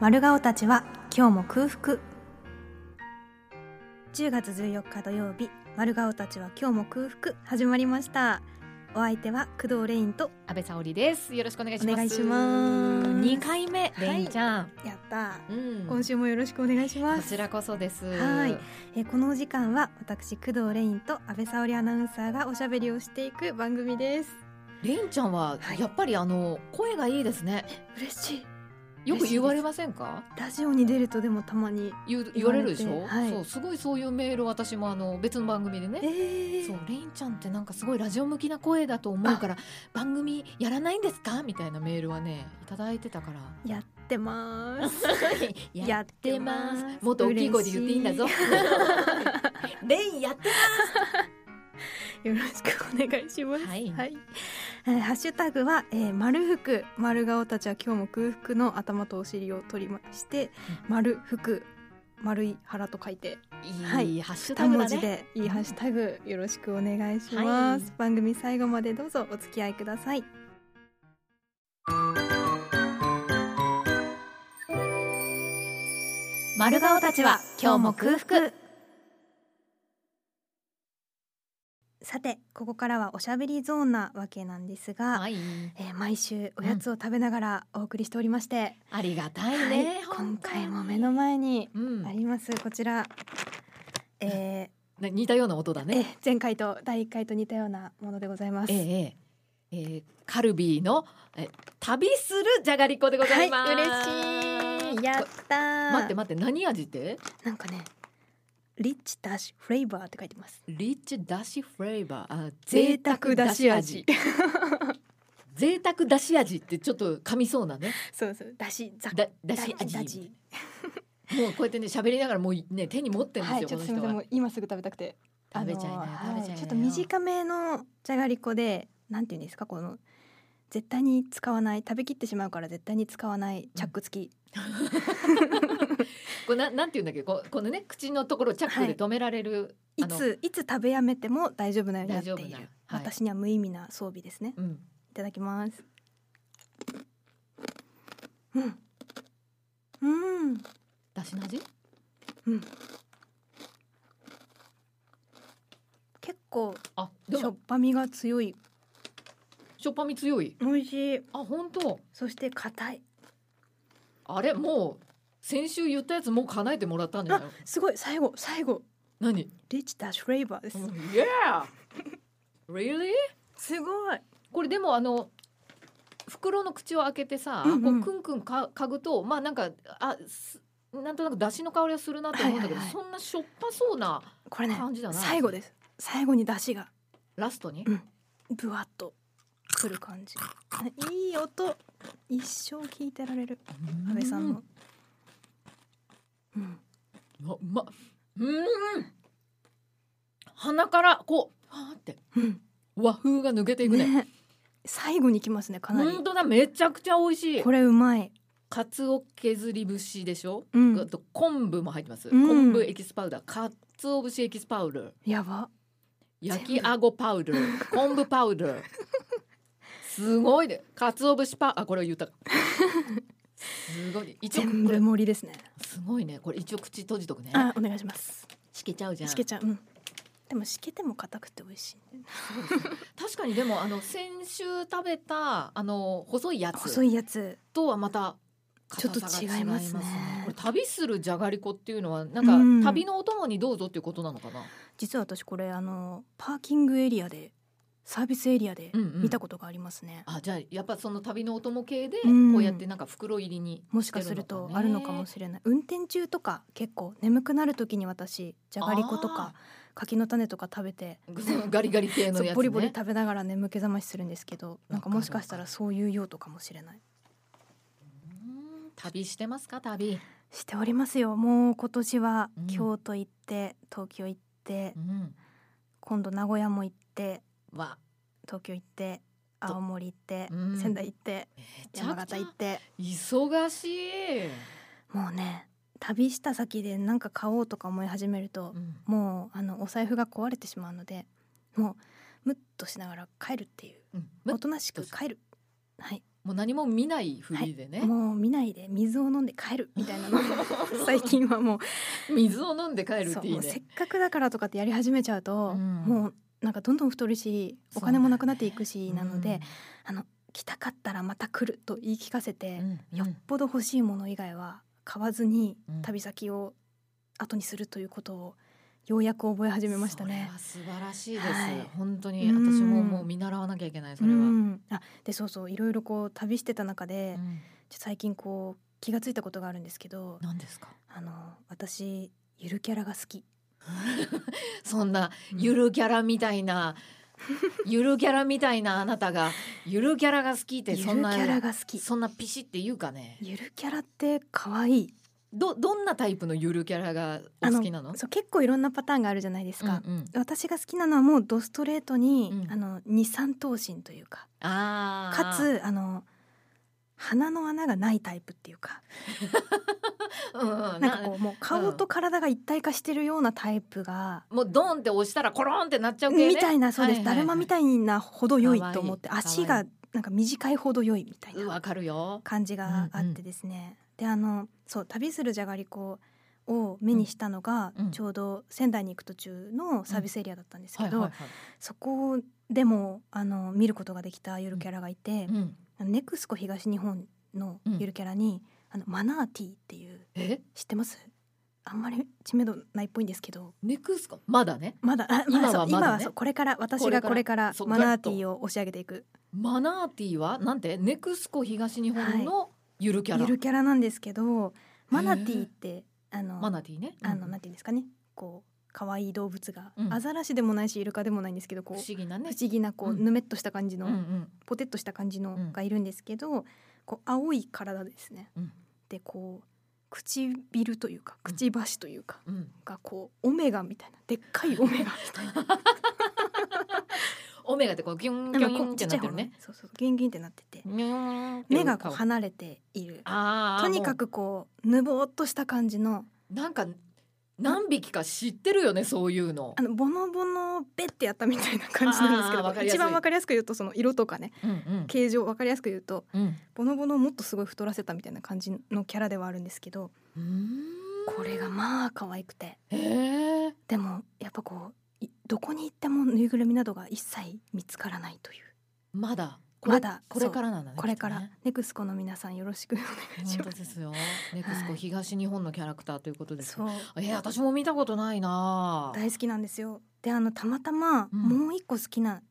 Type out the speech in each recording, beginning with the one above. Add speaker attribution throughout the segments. Speaker 1: 丸顔たちは今日も空腹10月14日土曜日丸顔たちは今日も空腹始まりましたお相手は工藤レインと
Speaker 2: 安倍沙織です。よろしくお願いし
Speaker 1: お
Speaker 2: ます。
Speaker 1: 願いします
Speaker 2: 二回目、
Speaker 1: い
Speaker 2: レインちゃん。
Speaker 1: やった
Speaker 2: うん
Speaker 1: 今週もよろしくお願いしま
Speaker 2: こ
Speaker 1: す
Speaker 2: ちらこそです。
Speaker 1: はいえーこのお時間は私工藤レインと安倍沙織アナウンサーがおしゃべりをしていく番組です
Speaker 2: レインちゃんは
Speaker 1: はい
Speaker 2: やっぱりあの声がいいですね。
Speaker 1: 嬉しい
Speaker 2: よく言われませんか？
Speaker 1: ラジオに出るとでもたまに
Speaker 2: 言う言われるでし
Speaker 1: 言わ
Speaker 2: ょ。
Speaker 1: れてはい
Speaker 2: そうすごいそういうメール私もあの別の番組でね。
Speaker 1: ええ
Speaker 2: そうレインちゃんってなんかすごいラジオ向きな声だと思うから番組やらないんですかみたいなメールはねいただいてたから。
Speaker 1: やってます
Speaker 2: やってます。もっと大きい声で言っていいんだぞ
Speaker 1: 嬉。
Speaker 2: レインやって
Speaker 1: しいよろしくお願いします
Speaker 2: はい
Speaker 1: えーハッシュタグは、えー、丸服丸顔たちは今日も空腹の頭とお尻を取りまして、丸服丸い腹と書いてはいい
Speaker 2: いハッシュタ
Speaker 1: 単
Speaker 2: グ
Speaker 1: 文
Speaker 2: だ
Speaker 1: 字
Speaker 2: ね。
Speaker 1: でいいハッシュタグよろしくお願いします、
Speaker 2: はい
Speaker 1: 番組最後までどうぞお付き合いください
Speaker 2: 丸顔たちは今日も空腹
Speaker 1: さてここからはおしゃべりゾーンなわけなんですが、
Speaker 2: はい。
Speaker 1: えー毎週おやつを食べながらお送りしておりまして、
Speaker 2: ありがたいね。
Speaker 1: はい今
Speaker 2: 本当に
Speaker 1: 回も目の前に
Speaker 2: うん
Speaker 1: あ。ります、こちら、え
Speaker 2: な似たような音だ
Speaker 1: ーえ
Speaker 2: ね。
Speaker 1: 前回と第一回と似たようなものでございます、
Speaker 2: ええええええカルビーのえ旅するじゃがりこでございます。
Speaker 1: はい嬉しいやっ
Speaker 2: こ
Speaker 1: たー
Speaker 2: 待って待って何味って？
Speaker 1: なんかねリッチダッシュフレーバーって書いてます
Speaker 2: リッチだしフレーバーあ
Speaker 1: 贅沢だし味。
Speaker 2: 贅沢だし味ってちょっと噛みそうなね。
Speaker 1: そうそうだしざ
Speaker 2: だだし味。もうこうやってね喋りながらもうね手に持ってるんです
Speaker 1: はい
Speaker 2: よ、
Speaker 1: ちょっとす
Speaker 2: こ
Speaker 1: みません
Speaker 2: の人
Speaker 1: も
Speaker 2: は。
Speaker 1: う今すぐ食べたくて
Speaker 2: 食べちゃいなよ
Speaker 1: あの
Speaker 2: 食べちゃいなよ
Speaker 1: はちょっと短めのじゃがりこでなんていうんですかこの絶対に使わない食べきってしまうから絶対に使わないチャック付き、
Speaker 2: こうななんていうんだっけこうこのね口のところチャックで止められる。あ
Speaker 1: い
Speaker 2: の
Speaker 1: ついつ食べやめても大丈夫なようになってい
Speaker 2: 大
Speaker 1: る、
Speaker 2: 丈夫なはい
Speaker 1: 私には無意味な装備ですね
Speaker 2: うん。
Speaker 1: いただきますうんうん
Speaker 2: だしの味？
Speaker 1: うん結構
Speaker 2: あで
Speaker 1: しょ
Speaker 2: も
Speaker 1: っぱみが強い
Speaker 2: しょっぱみ強い。
Speaker 1: 美味しい
Speaker 2: あ本当。
Speaker 1: そして硬い
Speaker 2: あれもう先週言ったやつもう叶えてもらったんじゃないの？
Speaker 1: すごい最後最後
Speaker 2: 何？
Speaker 1: リッチダッシュフレーバーです、
Speaker 2: Yeah! Really?
Speaker 1: すごい
Speaker 2: これでもあの袋の口を開けてさ、
Speaker 1: うんうん
Speaker 2: こうクンクンか嗅ぐとまあなんかあすなんとなく出汁の香りはするなと思うんだけど、
Speaker 1: はいはいはい
Speaker 2: そんなしょっぱそうな
Speaker 1: これね
Speaker 2: 感じだな
Speaker 1: 最後です最後に出汁が
Speaker 2: ラストに、
Speaker 1: うんぶわっとくる感じいい音一生聞いてられる安倍さんのうん
Speaker 2: うんあうまっうん鼻からこうはーって
Speaker 1: うん
Speaker 2: 和風が抜けていくね
Speaker 1: ね最後に来ますねかな
Speaker 2: 本
Speaker 1: り
Speaker 2: 当だめちゃくちゃ美味しい
Speaker 1: これうまい
Speaker 2: かつお削り節でしょ、
Speaker 1: うん
Speaker 2: あと昆布も入ってます、
Speaker 1: うん
Speaker 2: 昆布エキスパウダーかつお節エキスパウダー
Speaker 1: やば
Speaker 2: 焼きあごパウダー昆布パウダーすごいで、かつお節パあこれを言ったか すごい一応
Speaker 1: 全
Speaker 2: これ
Speaker 1: 部盛りですね
Speaker 2: すごいねこれ一応口閉じとくね
Speaker 1: あお願いします
Speaker 2: しけちゃうじゃん
Speaker 1: しけちゃううんでもしけても硬くて美味しい
Speaker 2: 確かにでもあの先週食べたあの細いやつ
Speaker 1: 細いやつ
Speaker 2: とはまた
Speaker 1: ちょっと
Speaker 2: 硬さが
Speaker 1: 違いますね
Speaker 2: これ旅するじゃがりこっていうのはな
Speaker 1: うん
Speaker 2: んか旅のお供にどうぞっていうことなのかな、
Speaker 1: 実は私これあのパーキングエリアでサービスエリアで
Speaker 2: うんうん
Speaker 1: 見たことがありますね、
Speaker 2: あじゃあやっぱその旅のお供系で
Speaker 1: うん
Speaker 2: こうやってなんか袋入りに
Speaker 1: もしかするとあるのかもしれない運転中とか結構眠くなる時に私じゃがりことか柿の種とか食べて
Speaker 2: そのガリガリ系の
Speaker 1: そう
Speaker 2: やつ、ね、
Speaker 1: ボリボリ食べながら眠気覚ましするんですけどなんかもしかした
Speaker 2: わ
Speaker 1: ら
Speaker 2: か
Speaker 1: そういう用途かもしれないう
Speaker 2: ーん旅してますか旅、
Speaker 1: しておりますよもう今年は
Speaker 2: うん
Speaker 1: 京都行って東京行って
Speaker 2: うん、
Speaker 1: 今度名古屋も行って
Speaker 2: は
Speaker 1: 東京行って青森行って
Speaker 2: うん
Speaker 1: 仙台行って
Speaker 2: めちゃ
Speaker 1: 山
Speaker 2: くち
Speaker 1: 形
Speaker 2: ゃ
Speaker 1: 行って
Speaker 2: 忙しい、
Speaker 1: もうね旅した先で何か買おうとか思い始めると
Speaker 2: うん
Speaker 1: もうあのお財布が壊れてしまうのでもうムッとしながら帰るっていう
Speaker 2: うん
Speaker 1: おとなしく帰るはい
Speaker 2: もう何も見ないふりでね、
Speaker 1: もう見ないで水を飲んで帰るみたい なの最近はもう
Speaker 2: 水を飲んで帰るっ
Speaker 1: そう
Speaker 2: てい
Speaker 1: も
Speaker 2: いう
Speaker 1: せっ
Speaker 2: ね
Speaker 1: かくだからとかってやり始めちゃうと、
Speaker 2: うん
Speaker 1: もうなんかどんどん太るしお金もなくなっていくし、なので、あの来たかったらまた来ると言い聞かせ
Speaker 2: う
Speaker 1: て、
Speaker 2: んうん
Speaker 1: よっぽど欲しいもの以外は買わずに
Speaker 2: うん
Speaker 1: 旅先を後にするということをようやく覚え始めましたね。
Speaker 2: それは素晴らしいです、
Speaker 1: はい
Speaker 2: 本当に
Speaker 1: うん
Speaker 2: 私ももう見習わなきゃいけないそれは、
Speaker 1: うん、あでそうそういろいろこう旅してた中で、
Speaker 2: うん
Speaker 1: ちょ最近こう気がついたことがあるんですけど
Speaker 2: 何ですか
Speaker 1: あの私ゆるキャラが好き。
Speaker 2: そんなゆるキャラみた いな、ゆるキャラみたいなあなたがゆるキャラが好きって
Speaker 1: ゆるキ
Speaker 2: そんな
Speaker 1: ャラが好き。
Speaker 2: そんなピシって言うかね
Speaker 1: ゆるキャラって可愛い。
Speaker 2: どどんなタイプのゆるキャラがお好きなの
Speaker 1: そう結構いろんなパターンがあるじゃないですか。
Speaker 2: うんうん
Speaker 1: 私が好きなのはもうドストレートに、
Speaker 2: うん
Speaker 1: あの二三頭身というか、
Speaker 2: あー
Speaker 1: か、つあの鼻の穴がないタイプっていうか、
Speaker 2: うんうん、な
Speaker 1: なんかこうもう顔と体が一体化してるようなタイプが、
Speaker 2: もうドンって押したらコロンってなっちゃう系、ね、
Speaker 1: みたいなそうです、だるまみ
Speaker 2: い
Speaker 1: たいなほど良いと思って、
Speaker 2: 可愛い
Speaker 1: 足がなんか短いほど良いみたいな。
Speaker 2: うんわかるよ
Speaker 1: 感じがあってですね、であのそう旅するじゃがりこを目にしたのが、
Speaker 2: うんうん
Speaker 1: ちょうど仙台に行く途中のサービスエリアだったんですけど、
Speaker 2: はいはい
Speaker 1: そこでもあの見ることができたゆるキャラがいて、
Speaker 2: はいうん、
Speaker 1: あのネクスコ東日本のゆるキャラに、あのマナーティーっていう
Speaker 2: え
Speaker 1: 知ってますあんまり知名度ないっぽいんですけど
Speaker 2: ネクスコまだね
Speaker 1: まだあ
Speaker 2: 今は
Speaker 1: そう
Speaker 2: まだ
Speaker 1: 今
Speaker 2: ね
Speaker 1: はそうこれから私がこれから
Speaker 2: そう
Speaker 1: マナーティーを押し上げていく
Speaker 2: マナーティーはなんてネクスコ東日本のゆるキャラ、
Speaker 1: ゆるキャラなんですけどマナティーってあの
Speaker 2: マナティーね
Speaker 1: あの
Speaker 2: うん
Speaker 1: なんていうんですかねこう可愛い動物が、
Speaker 2: うん
Speaker 1: アザラシでもないしイルカでもないんですけどこう
Speaker 2: 不
Speaker 1: 不
Speaker 2: 思議なね
Speaker 1: 思議なこう、
Speaker 2: うん
Speaker 1: ぬめっとした感じの、
Speaker 2: うん
Speaker 1: ポテッとした感じの
Speaker 2: うん
Speaker 1: がいるんですけど、こう青い体ですね。
Speaker 2: うん
Speaker 1: でこう唇というか
Speaker 2: うん
Speaker 1: くちばしというか、
Speaker 2: うんうん
Speaker 1: がこうオメガみたいなでっかいオ メガみたいな
Speaker 2: オメガってこうギュンギ
Speaker 1: な
Speaker 2: ュ
Speaker 1: んかこ
Speaker 2: ン
Speaker 1: う
Speaker 2: って
Speaker 1: ちっ
Speaker 2: な
Speaker 1: ちゃ
Speaker 2: っ
Speaker 1: い
Speaker 2: て
Speaker 1: 方
Speaker 2: る
Speaker 1: の
Speaker 2: ね
Speaker 1: ねそうそうギュンギュンってなってて
Speaker 2: ギューンってい
Speaker 1: 目がこう
Speaker 2: 顔
Speaker 1: 離れている
Speaker 2: あー
Speaker 1: とにか
Speaker 2: も
Speaker 1: くこうぬぼーっとした感じの
Speaker 2: うなんか何匹か知ってるよねそういうの
Speaker 1: あ、のボノボノをベッてやったみたいな感じなんですけ
Speaker 2: あーわか
Speaker 1: ど
Speaker 2: りやす
Speaker 1: 一
Speaker 2: い
Speaker 1: 番わかりやすく言うとその色とかね
Speaker 2: うんうん
Speaker 1: 形状わかりやすく言うと
Speaker 2: うん
Speaker 1: ボノボノをもっとすごい太らせたみたいな感じのキャラではあるんですけど
Speaker 2: うーん
Speaker 1: これがまあ可愛くて
Speaker 2: へえ
Speaker 1: でもやっぱこういどこに行ってもぬいぐるみなどが一切見つからないという
Speaker 2: まだこれ
Speaker 1: まだ
Speaker 2: これからなんだね
Speaker 1: これから、
Speaker 2: きっとね
Speaker 1: ネクスコの皆さんよろしくお願いし
Speaker 2: 本
Speaker 1: ま
Speaker 2: 当
Speaker 1: す。
Speaker 2: ですよネクスコ東日本のキャラクターということです
Speaker 1: そう
Speaker 2: えー、私も見たことないな
Speaker 1: 大好きなんですよであのたまたま
Speaker 2: うん
Speaker 1: もう一個好きな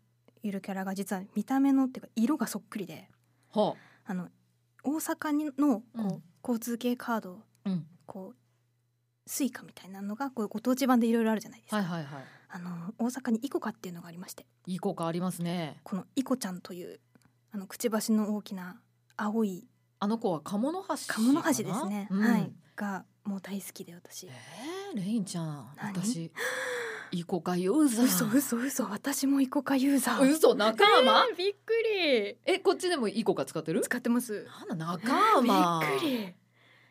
Speaker 1: ゆるキャラが実は見た目のっていうか色がそっくりで
Speaker 2: ほ
Speaker 1: あの大阪にのこう、
Speaker 2: うん
Speaker 1: 交通系カード
Speaker 2: う、うん、
Speaker 1: こうスイカみたいなのがこうご当地版でいろいろあるじゃないですか、
Speaker 2: はいはいは
Speaker 1: あの大阪にイコカっていうのがありまして
Speaker 2: いいい効果ありますね
Speaker 1: このイコちゃんというあのくちばしの大きな青い
Speaker 2: あの子はカモノハシか
Speaker 1: カ
Speaker 2: な
Speaker 1: モノハシですね、
Speaker 2: うん
Speaker 1: はいがもう大好きで私
Speaker 2: えー、レインちゃん
Speaker 1: 何
Speaker 2: 私イコカユーザー
Speaker 1: 嘘嘘嘘私もイコカユーザー
Speaker 2: 嘘仲間、
Speaker 1: びっくり
Speaker 2: えこっちでもイコカ使ってる
Speaker 1: 使ってます
Speaker 2: なんだ仲間
Speaker 1: びっくり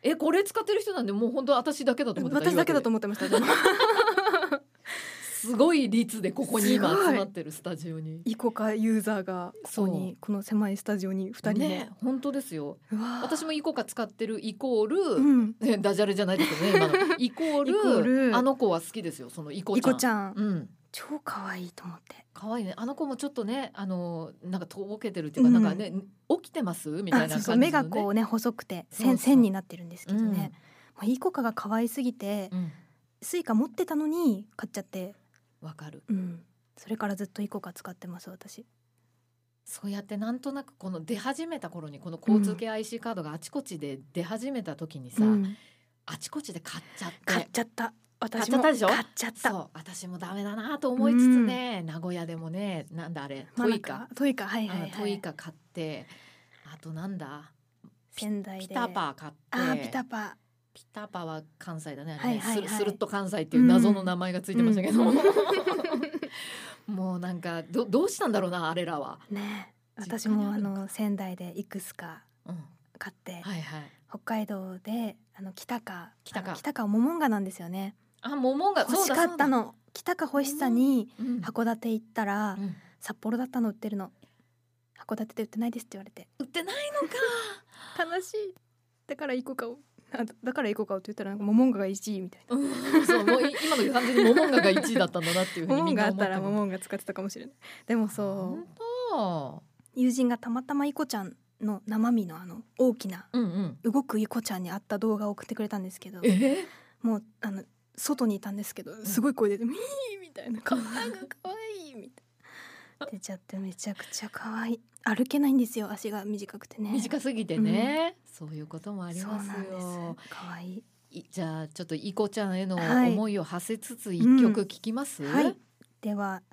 Speaker 2: えこれ使ってる人なんでもう本当私だけだと思ってた
Speaker 1: 私だけだと
Speaker 2: 岩
Speaker 1: 思ってましたでも
Speaker 2: 手ですごい率でここに今
Speaker 1: すごい
Speaker 2: 集まってるスタジオに
Speaker 1: イコカユーザーがここにこの狭いスタジオに二人も、
Speaker 2: ね本当ですよ
Speaker 1: うわー
Speaker 2: 私もイコカ使ってるイコール、
Speaker 1: うん
Speaker 2: ねダジャレじゃないですよね 今のイコール
Speaker 1: イコール
Speaker 2: あの子は好きですよそのイコ
Speaker 1: イ
Speaker 2: ちゃん
Speaker 1: コちゃん
Speaker 2: うん
Speaker 1: 超可愛いと思って
Speaker 2: 可愛いねあの子もちょっとねあのなんかとぼけてるっていうか、
Speaker 1: うん
Speaker 2: なんかね起きてますみたいな
Speaker 1: あ
Speaker 2: 感じ
Speaker 1: そ
Speaker 2: の、
Speaker 1: う
Speaker 2: ね、
Speaker 1: そう目がこうね細くて
Speaker 2: そうそ
Speaker 1: 線
Speaker 2: う
Speaker 1: 線になってるんですけど
Speaker 2: うん
Speaker 1: ね、もうイコカが可愛すぎて
Speaker 2: うん
Speaker 1: スイカ持ってたのに買っちゃって
Speaker 2: わ、かる
Speaker 1: うんそれからずっとイコカ使ってます私
Speaker 2: そうやってなんとなくこの出始めた頃にこの交通系 IC カードがあちこちで出始めた時にさ、
Speaker 1: うん
Speaker 2: あちこちで買っちゃって
Speaker 1: 買っちゃった私
Speaker 2: 買っちゃ
Speaker 1: も
Speaker 2: ったでしょ
Speaker 1: 買っちゃった
Speaker 2: そう私もダメだなと思いつつね、名古屋でもねなんだあれ
Speaker 1: 真
Speaker 2: ト
Speaker 1: ん
Speaker 2: イ
Speaker 1: 中
Speaker 2: カ、
Speaker 1: トイカはい
Speaker 2: うん
Speaker 1: はいはい
Speaker 2: トイカ買ってあとなんだ
Speaker 1: 仙台で
Speaker 2: ピタパー買って
Speaker 1: あーピタパ
Speaker 2: ピタパは関西だね。あ
Speaker 1: は
Speaker 2: れ
Speaker 1: い
Speaker 2: ね
Speaker 1: はいは
Speaker 2: ス
Speaker 1: い
Speaker 2: ルスルッと関西っていう謎の名前がついてましたけど、
Speaker 1: うん
Speaker 2: もうなんかどどうしたんだろうなあれらは。
Speaker 1: ね
Speaker 2: 実
Speaker 1: 私
Speaker 2: 家に
Speaker 1: も
Speaker 2: あ
Speaker 1: あ
Speaker 2: るのか
Speaker 1: の仙台でいくつか
Speaker 2: うん、
Speaker 1: 買って、
Speaker 2: はいはい。
Speaker 1: 北海道であの北か
Speaker 2: 北か
Speaker 1: あの北かモモンガなんですよね
Speaker 2: あ桃が
Speaker 1: 欲しかった。の北か欲しさに
Speaker 2: そうだそうだうん
Speaker 1: 函館行ったら、
Speaker 2: うん
Speaker 1: 札幌だったの売ってるの函館で売ってないですって言われて
Speaker 2: 売ってないのか
Speaker 1: 楽しいだから行こうかをあだから行こうかをって言ったらなんかモモンガが1位みたいな
Speaker 2: うんそうもうい今の完全にモモンガが1位だったんだなっていうふ
Speaker 1: モ
Speaker 2: うに
Speaker 1: モ
Speaker 2: み
Speaker 1: ン
Speaker 2: ん
Speaker 1: ガあ
Speaker 2: な
Speaker 1: っ
Speaker 2: 思った
Speaker 1: た
Speaker 2: から
Speaker 1: モ
Speaker 2: も
Speaker 1: モンガ使ってたかもしれないでもそ
Speaker 2: 本当
Speaker 1: う友人がたまたまイコちゃんの生身のあの大きな
Speaker 2: うんうん
Speaker 1: 動くイコちゃんに会った動画を送ってくれたんですけど
Speaker 2: えー、
Speaker 1: もうあの外にいたんですけどすごい声出て「ミー」みたいな「かわいいかわいい」みたいな出ちゃってめちゃくちゃ可愛い歩けないんですよ足が短くてね
Speaker 2: 短すぎてね、そういうこともあります
Speaker 1: そうなん
Speaker 2: よ
Speaker 1: です可愛い
Speaker 2: いじゃあちょっとイコちゃんへの
Speaker 1: はい
Speaker 2: 思いを馳せつつ一
Speaker 1: うん
Speaker 2: 曲聴きます、
Speaker 1: はいでは、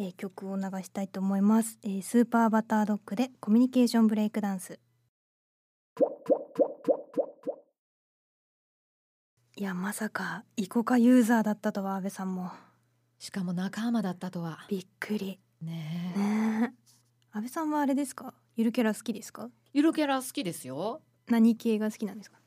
Speaker 1: えー曲を流したいと思います、えースーパーバタードッグでコミュニケーションブレイクダンスいやまさかイコカユーザーだったとは安倍さんも
Speaker 2: しかも仲間だったとは
Speaker 1: びっくり
Speaker 2: ねえ
Speaker 1: ねえ安倍さんはあれですかゆるキャラ好きですか
Speaker 2: ゆるキャラ好きですよ
Speaker 1: 何系が好きなんですか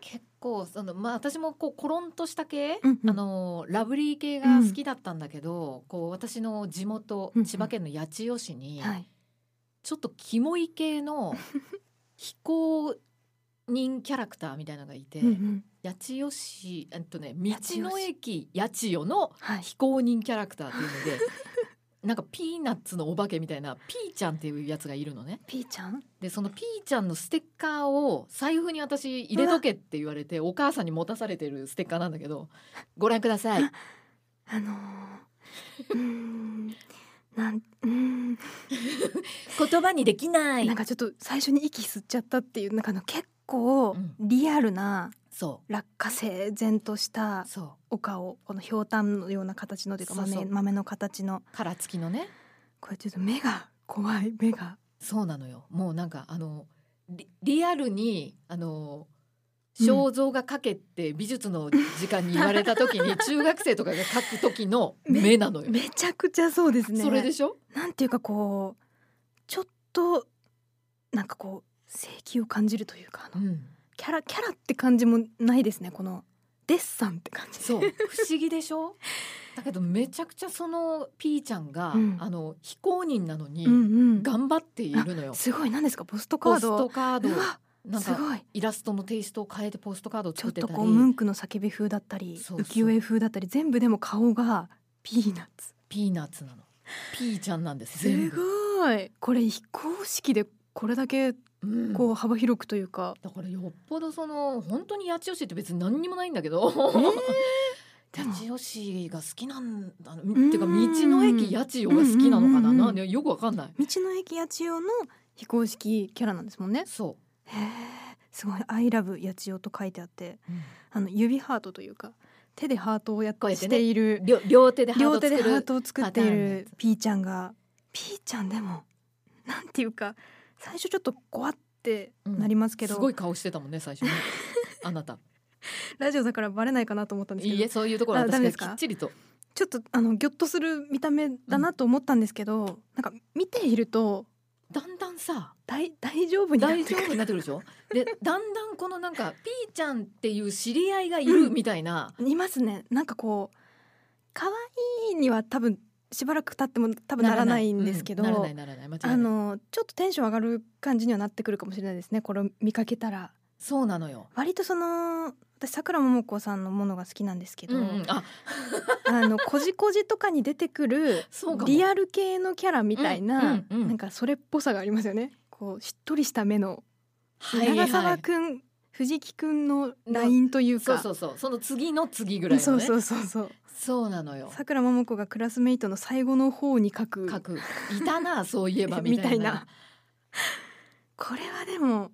Speaker 2: 結構そのまあ私もこうコロンとした系、
Speaker 1: うんうん
Speaker 2: あのラブリー系が好きだったんだけど、こう私の地元
Speaker 1: うんうん
Speaker 2: 千葉県の八千代市に、
Speaker 1: はい
Speaker 2: ちょっとキモい 系の非公認キャラクターみたいなのがいて、
Speaker 1: うんうん
Speaker 2: 八千代市えっとね道
Speaker 1: 八千代市
Speaker 2: の駅八千代の
Speaker 1: はい
Speaker 2: 非公認キャラクターっていう のでなんかピーナッツのお化けみたいなピーちゃんっていうやつがいるのね。
Speaker 1: ピーちゃん
Speaker 2: でそのピーちゃんのステッカーを財布に私入れとけって言われてお母さんに持たされてるステッカーなんだけどご覧ください
Speaker 1: あのー、うーんなんうーん
Speaker 2: 言葉にできな
Speaker 1: なんかちょっと最初に息吸っちゃったっていうなんかあの結構
Speaker 2: うん
Speaker 1: リアルな
Speaker 2: そ
Speaker 1: 落花生然とし
Speaker 2: う
Speaker 1: た
Speaker 2: そ
Speaker 1: お顔このひょうたんのような形のというか
Speaker 2: そう
Speaker 1: 豆
Speaker 2: そう
Speaker 1: 豆の形の
Speaker 2: う殻付きのね
Speaker 1: これちょっと目が怖い目が
Speaker 2: そうなのよもうなんかあのリリアルにあの肖像画描けって美術の時間に言われた時に、中学生とかが描く時 の目なのよ、
Speaker 1: めちゃくちゃそうですね
Speaker 2: それでしょ
Speaker 1: なんていうかこうちょっとなんかこう正気を感じるというかあ
Speaker 2: う
Speaker 1: の
Speaker 2: ん
Speaker 1: キャラキャラって感じもないですねこのデッサンって感じ
Speaker 2: そう不思議でしょだけどめちゃくちゃそのピーちゃんが、
Speaker 1: うん
Speaker 2: あの非公認なのに
Speaker 1: うんうん
Speaker 2: 頑張っているのよ、
Speaker 1: すごい何ですかポストカ
Speaker 2: ポ
Speaker 1: ー
Speaker 2: ス
Speaker 1: ド
Speaker 2: トカードを
Speaker 1: うわ
Speaker 2: なん
Speaker 1: す
Speaker 2: か
Speaker 1: ごい
Speaker 2: イラストのテイストを変えてポストカードを
Speaker 1: ち
Speaker 2: 作
Speaker 1: ょっ
Speaker 2: って
Speaker 1: と
Speaker 2: たり
Speaker 1: こうムンクの叫び風だったり
Speaker 2: そう
Speaker 1: 浮
Speaker 2: そう
Speaker 1: 世絵風だったり全部でも顔がピーナッツ
Speaker 2: ピーナッツなのピーちゃんなんです
Speaker 1: す
Speaker 2: 全部、
Speaker 1: ごいこれ非公式でこれだけ
Speaker 2: うん
Speaker 1: こう幅広くというか、
Speaker 2: だからよっぽどその本当に八千代市って別に何にもないんだけど、
Speaker 1: でも
Speaker 2: 八千代市が好きなんだなって
Speaker 1: ん
Speaker 2: いうか道の駅八千代が好きなのかな,、
Speaker 1: うんうんうんう
Speaker 2: なんよくわかんない
Speaker 1: 道の駅八千代の非公式キャラなんですもんね
Speaker 2: そ
Speaker 1: へえすごい「アイラブ八千代」と書いてあって
Speaker 2: う、
Speaker 1: あの指ハートというか手でハートをやっ
Speaker 2: こうやって
Speaker 1: し
Speaker 2: ね
Speaker 1: ている、
Speaker 2: 両両手でハー
Speaker 1: 両
Speaker 2: ト
Speaker 1: 手で
Speaker 2: 作
Speaker 1: ハー
Speaker 2: る
Speaker 1: トを作っているピーちゃんがピーちゃんでもなんていうか最初ちょっと怖ってなりますけど、
Speaker 2: すごい顔してたもん ね最初ねあなた
Speaker 1: ラジオだからバレないかなと思ったんです
Speaker 2: い
Speaker 1: け
Speaker 2: い
Speaker 1: ど
Speaker 2: えそういうとこ
Speaker 1: あ
Speaker 2: ろは
Speaker 1: ダ
Speaker 2: 私
Speaker 1: メ
Speaker 2: が
Speaker 1: です
Speaker 2: き
Speaker 1: か
Speaker 2: っちりと
Speaker 1: ちょっとあのギョッとする見た目だなと思ったんですけど、なんか見ていると
Speaker 2: だんだんさ
Speaker 1: 大大丈夫になっ
Speaker 2: 大
Speaker 1: て
Speaker 2: 丈
Speaker 1: く
Speaker 2: 夫に
Speaker 1: る
Speaker 2: なってくるでしょでだんだんこのなんかピーちゃんっていう知り合いがいるみたいな、
Speaker 1: いますねなんかこう可愛いには多分しばらく経っても多分ならないんですけど、
Speaker 2: うならないならない間違いない
Speaker 1: あのちょっとテンション上がる感じにはなってくるかもしれないですねこれを見かけたら
Speaker 2: そうなのよ
Speaker 1: 割とその私さくらももこさんのものが好きなんですけ
Speaker 2: う
Speaker 1: ど、
Speaker 2: んうんあ
Speaker 1: あのこじこじとかに出てくる
Speaker 2: そうかも
Speaker 1: リアル系のキャラみたいな、
Speaker 2: うんうんうん
Speaker 1: なんかそれっぽさがありますよねこうしっとりした目の
Speaker 2: はいはい
Speaker 1: 長澤くん、藤木くんのラインという
Speaker 2: そう
Speaker 1: か
Speaker 2: そうそうその次の次ぐらいのね
Speaker 1: そうそうそうそう
Speaker 2: そうなのよ
Speaker 1: さくらももこがクラスメイトの最後の方に書く
Speaker 2: 書くいた なそういえばみ
Speaker 1: み
Speaker 2: た
Speaker 1: た
Speaker 2: い
Speaker 1: い
Speaker 2: な
Speaker 1: なこれはでも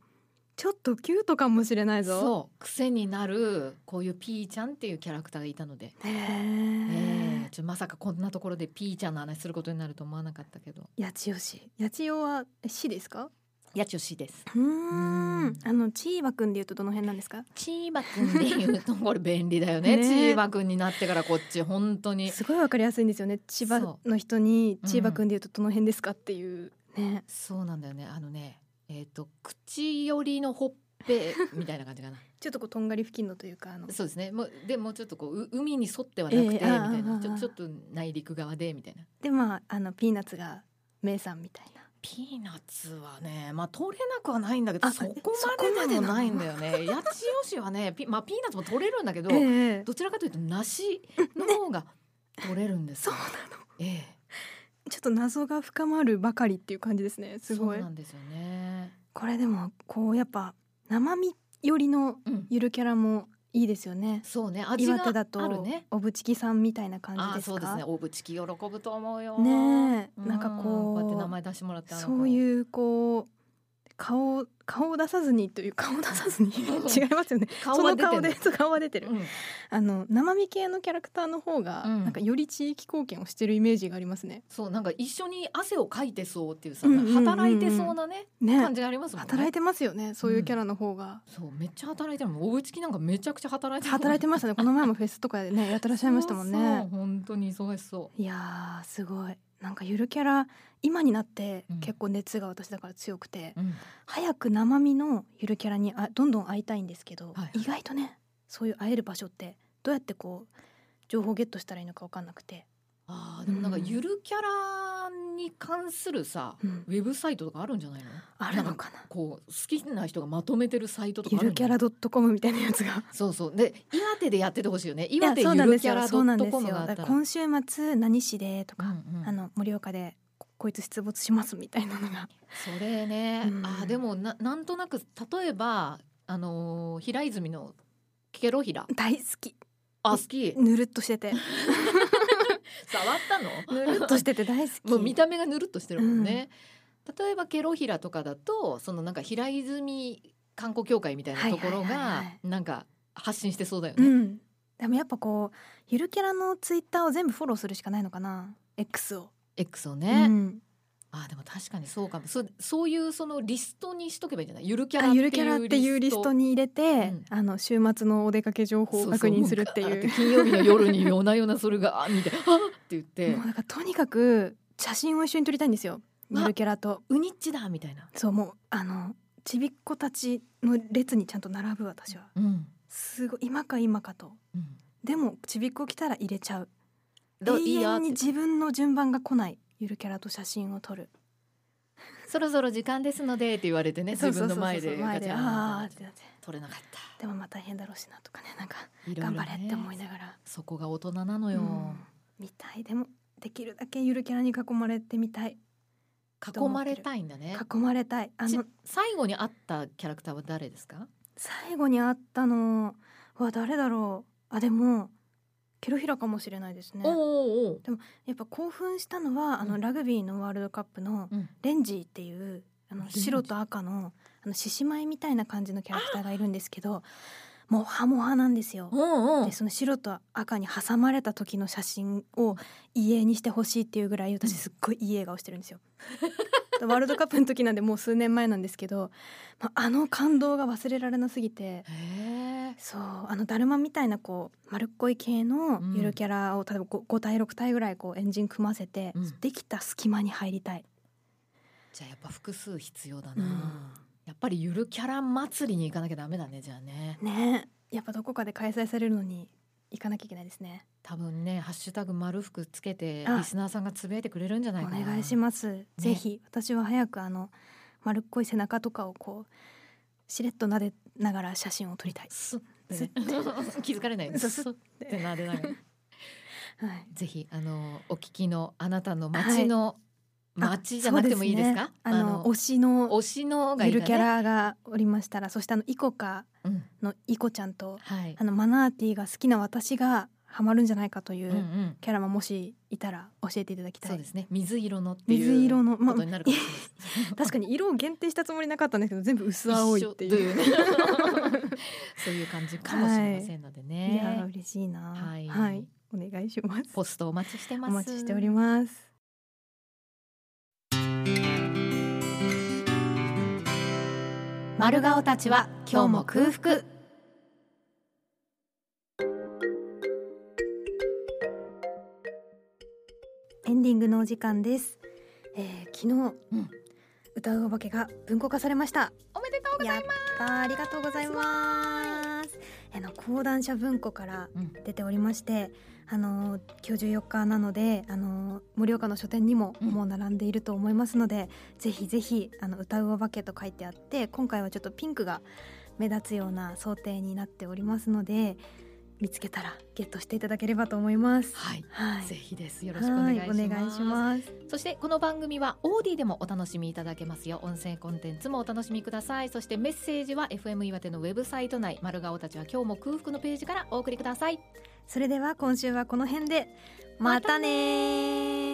Speaker 1: ちょっとキュートかもしれないぞ。
Speaker 2: そう癖になるこういうピーちゃんっていうキャラクターがいたので、
Speaker 1: へえ
Speaker 2: えーちょまさかこんなところでピーちゃんの話することになると思わなかったけど
Speaker 1: 八千代市八千代は市ですか
Speaker 2: やちょしです
Speaker 1: うー
Speaker 2: ん
Speaker 1: んあのチーバくんでいうとどの辺なんですか
Speaker 2: チーバくんで言うとこれ便利だよね
Speaker 1: ね
Speaker 2: チーバくんになってからこっち本当に
Speaker 1: すごいわかりやすいんですよね千葉の人に
Speaker 2: そう
Speaker 1: チーバくんでいうとどの辺ですかっていうね
Speaker 2: そうなんだよねあのねえっ、と口寄りのほっぺみたいな感じかな
Speaker 1: ちょっとこうとんがり付近のというかあの
Speaker 2: そうですねもうでもうちょっとこうう海に沿ってはなくてみ
Speaker 1: え
Speaker 2: た
Speaker 1: え
Speaker 2: い
Speaker 1: ああ
Speaker 2: な、
Speaker 1: ああ
Speaker 2: ちょちょっと内陸側でみたいな
Speaker 1: でまああのピーナッツが名産みたいな
Speaker 2: ピーナッツはね、まあ、通れなくはないんだけど
Speaker 1: あ
Speaker 2: そこ
Speaker 1: そ
Speaker 2: ま
Speaker 1: こま
Speaker 2: で
Speaker 1: でな
Speaker 2: も
Speaker 1: の
Speaker 2: ないんだよね八千代市はねピ,、まあ、ピーナッツも取れるんだけど、
Speaker 1: ええ
Speaker 2: どちらかというと梨の方が取れるんです
Speaker 1: そう
Speaker 2: よ、
Speaker 1: なの
Speaker 2: ええ
Speaker 1: ちょっと謎が深まるばかりっていう感じですねすごい
Speaker 2: そうなんですよね。
Speaker 1: これでもこうやっぱ生身寄りの
Speaker 2: うん、
Speaker 1: ゆるキャラもいいですよね
Speaker 2: そうね、味が
Speaker 1: 岩手だ
Speaker 2: あ
Speaker 1: と
Speaker 2: るね。
Speaker 1: 小渕さんみたいな感じ
Speaker 2: あー
Speaker 1: です
Speaker 2: そうです
Speaker 1: か
Speaker 2: ね。大渕喜ぶと思うよ。
Speaker 1: ねえ
Speaker 2: う
Speaker 1: なんかこう
Speaker 2: こうやって名前出してもらって
Speaker 1: そう
Speaker 2: う
Speaker 1: いうこう顔を顔を出さずにという顔を出さ ずに違いますよね
Speaker 2: 顔は出
Speaker 1: その
Speaker 2: て
Speaker 1: 顔
Speaker 2: る
Speaker 1: で。 そう顔は出てる、
Speaker 2: うん
Speaker 1: あの生身系のキャラクターの方が、
Speaker 2: うん
Speaker 1: なんかより地域貢献をしてるイメージがありますね
Speaker 2: そうなんか一緒に汗をかいてそうっていうさ、
Speaker 1: うんうんうんうん
Speaker 2: 働いてそうなね
Speaker 1: ね
Speaker 2: 感じがありますもんね。
Speaker 1: 働いてますよねそういうキャラの方が、
Speaker 2: そうめっちゃ働いてるもん。大口なんかめちゃくちゃ働いてる。
Speaker 1: 働いて
Speaker 2: ま
Speaker 1: ましたねこの前もフェスとかでねやってらっしゃいましたもんね
Speaker 2: 本当に忙しそ
Speaker 1: いやーすごいなんかゆるキャラ今になって
Speaker 2: うん
Speaker 1: 結構熱が私だから強くて、
Speaker 2: う。うん、
Speaker 1: 早く生身のゆるキャラにあどんどん会いたいんですけど、
Speaker 2: いはい
Speaker 1: 意外とねそういう会える場所ってどうやってこう情報ゲットしたらいいのか分かんなくて、
Speaker 2: あーでもなんか
Speaker 1: うん
Speaker 2: ゆるキャラに関するさ、
Speaker 1: うん
Speaker 2: ウェブサイトとかあるんじゃないの？
Speaker 1: あるのかな
Speaker 2: こう好きな人がまとめてるサイトとか
Speaker 1: ゆ
Speaker 2: ある
Speaker 1: る
Speaker 2: ん
Speaker 1: キ
Speaker 2: じゃ
Speaker 1: ャ
Speaker 2: ない
Speaker 1: ラ .com みたいなやつ が。
Speaker 2: そうそうで岩手でやっててほしいよね
Speaker 1: い
Speaker 2: 岩
Speaker 1: や
Speaker 2: 手ゆ
Speaker 1: そうなんで
Speaker 2: る
Speaker 1: す
Speaker 2: キャ
Speaker 1: よ
Speaker 2: ラ
Speaker 1: そうなんですよ
Speaker 2: .com があっ
Speaker 1: だか
Speaker 2: た
Speaker 1: らら今週末何市でと
Speaker 2: う
Speaker 1: か、
Speaker 2: んうん
Speaker 1: あの盛岡でここいつ出没しますみたいなのが
Speaker 2: それね、
Speaker 1: うん
Speaker 2: あーでもななんとなく例えばあのー平泉のケロヒラ
Speaker 1: 大好き
Speaker 2: あ好き
Speaker 1: ぬるっとして て
Speaker 2: 触ったの
Speaker 1: ぬるっとしてて大好き
Speaker 2: もう見た目がぬるっとしてるもんね、例えばケロヒラとかだとそのなんか平泉観光協会みたいなところ
Speaker 1: はいはいはい
Speaker 2: が
Speaker 1: は
Speaker 2: なんか発信してそうだよね、
Speaker 1: うん、でもやっぱこうゆるキャラのツイッターを全部フォローするしかないのかな X を、
Speaker 2: X をね、
Speaker 1: うん、
Speaker 2: あーでも確かにそうかもそうそういうそのリストにしとけばいいんじゃないゆるキャ
Speaker 1: あ
Speaker 2: ラ
Speaker 1: ゆるキャラっていうリストに入れて、
Speaker 2: ん
Speaker 1: あの週末のお出かけ情報を確認するっていう
Speaker 2: そそもガーッて金曜日の夜に夜な夜なそれがあ見てあーって言って
Speaker 1: もうなんかとにかく写真を一緒に撮りたいんですよ
Speaker 2: わ
Speaker 1: ゆるキャラと
Speaker 2: ウニッチだみたいな、
Speaker 1: そうもうあのちびっ子たちの列にちゃんと並ぶ私は
Speaker 2: うん
Speaker 1: すごい今か今かと
Speaker 2: うん、
Speaker 1: でもちびっ子来たら入れちゃう
Speaker 2: ど
Speaker 1: 永
Speaker 2: ういいよっ
Speaker 1: 遠に
Speaker 2: て
Speaker 1: 自分の順番が来ないゆるキャラと写真を撮る
Speaker 2: そろそろ時間ですのでって言われてね自分の前
Speaker 1: そうそうそ
Speaker 2: で
Speaker 1: うそう前
Speaker 2: ガチ
Speaker 1: で
Speaker 2: ャ
Speaker 1: あー
Speaker 2: ン
Speaker 1: っ
Speaker 2: って
Speaker 1: てなって
Speaker 2: 取れなかった
Speaker 1: でもまあ大変だろうしなとかねなんか
Speaker 2: いろいろ
Speaker 1: 頑
Speaker 2: ね
Speaker 1: 張れって思いながら、
Speaker 2: そこが大人なの
Speaker 1: う
Speaker 2: よ、
Speaker 1: んみたいでもできるだけゆるキャラに囲まれてみたい
Speaker 2: 囲まれたいんだね
Speaker 1: 囲まれたいあ
Speaker 2: ち
Speaker 1: の
Speaker 2: 最後に会ったキャラクターは誰ですか
Speaker 1: 最後に会ったのは誰だろうあでもケロヒラかもしれないですね
Speaker 2: おおおう
Speaker 1: やっぱ興奮したのはあ
Speaker 2: う
Speaker 1: の
Speaker 2: ん
Speaker 1: ラグビーのワールドカップの
Speaker 2: うん
Speaker 1: レンジーっていうあ
Speaker 2: レン
Speaker 1: の
Speaker 2: ジー
Speaker 1: 白と赤のあの獅子舞みたいな感じのキャラクターがいるんですけどもうハモハなんですよ。
Speaker 2: うんうん
Speaker 1: でその白と赤に挟まれた時の写真を家にしてほしいっていうぐらい私すっごいいい笑顔してるんですよ。 ワールドカップの時なんでもう数年前なんですけど、まあ、あの感動が忘れられなすぎて
Speaker 2: へえ
Speaker 1: そうあのだるまみたいなこう丸っこい系のゆるキャラを、例えば 5, 体6体ぐらいこうエンジン組ませて、
Speaker 2: うん
Speaker 1: できた隙間に入りたい。
Speaker 2: じゃあやっぱ複数必要だな、
Speaker 1: うん
Speaker 2: やっぱりゆるキャラ祭りに行かなきゃダメだねじゃあね
Speaker 1: ねえやっぱどこかで開催されるのに行かなきゃいけないですね。
Speaker 2: 多分ねハッシュタグ丸服つけて
Speaker 1: あ
Speaker 2: リスナーさんがつぶやいてくれるんじゃない
Speaker 1: お
Speaker 2: かな
Speaker 1: 願いします、ぜひ私は早くあの丸っこい背中とかをこうしれっと撫でながら写真を撮りたい、
Speaker 2: すっ
Speaker 1: すって
Speaker 2: ね 気づかれないように
Speaker 1: そう
Speaker 2: すってなでながら
Speaker 1: はい、
Speaker 2: ぜひあのお聞きのあなたの街の、街じゃなくてもいいですか
Speaker 1: あそうですねあの
Speaker 2: あの
Speaker 1: 推しの
Speaker 2: 推しのがい
Speaker 1: ゆ
Speaker 2: いか
Speaker 1: る
Speaker 2: ね
Speaker 1: キャラがおりましたらそしてあのイコカ
Speaker 2: うん
Speaker 1: のイコちゃんと
Speaker 2: はい
Speaker 1: あのマナーティーが好きな私がハマるんじゃないかとい
Speaker 2: うん
Speaker 1: う
Speaker 2: う
Speaker 1: んキャラももしいたら教えていただきた
Speaker 2: そう
Speaker 1: い、
Speaker 2: ですね水色のっていう
Speaker 1: 水色の、まあ
Speaker 2: こと、になるかもしれないです、
Speaker 1: 確かに色を限定したつもりなかったんですけど全部薄青いって
Speaker 2: 一緒と
Speaker 1: いう。
Speaker 2: ねそういう感じかもしれませんので
Speaker 1: いやー
Speaker 2: ね、
Speaker 1: 嬉しいな、
Speaker 2: はい
Speaker 1: はい、お願いします。
Speaker 2: ポストお待ちしてま
Speaker 1: お
Speaker 2: す
Speaker 1: 待ちしております。
Speaker 2: 丸顔たちは今日も空腹
Speaker 1: エンディングのお時間です。えー、昨日、
Speaker 2: うん
Speaker 1: 歌うお化けが文庫化されました。
Speaker 2: おめでとうござい
Speaker 1: やったーありがとうございます。あの講談社文庫から
Speaker 2: うん
Speaker 1: 出ておりまして、あの今日14日なのであの盛岡の書店にも
Speaker 2: うん
Speaker 1: もう並んでいると思いますので、ぜひぜひあの歌うお化けと書いてあって今回はちょっとピンクが目立つような想定になっておりますので見つけたらゲットしていただければと思います。
Speaker 2: はい、
Speaker 1: はい、
Speaker 2: ぜひですよろしくお願いします
Speaker 1: はいお願いします。
Speaker 2: そしてこの番組はオーディでもお楽しみいただけますよ音声コンテンツもお楽しみくださいそしてメッセージは FM 岩手のウェブサイト内丸顔たちは今日も空腹のページからお送りください
Speaker 1: それでは今週はこの辺でまたねー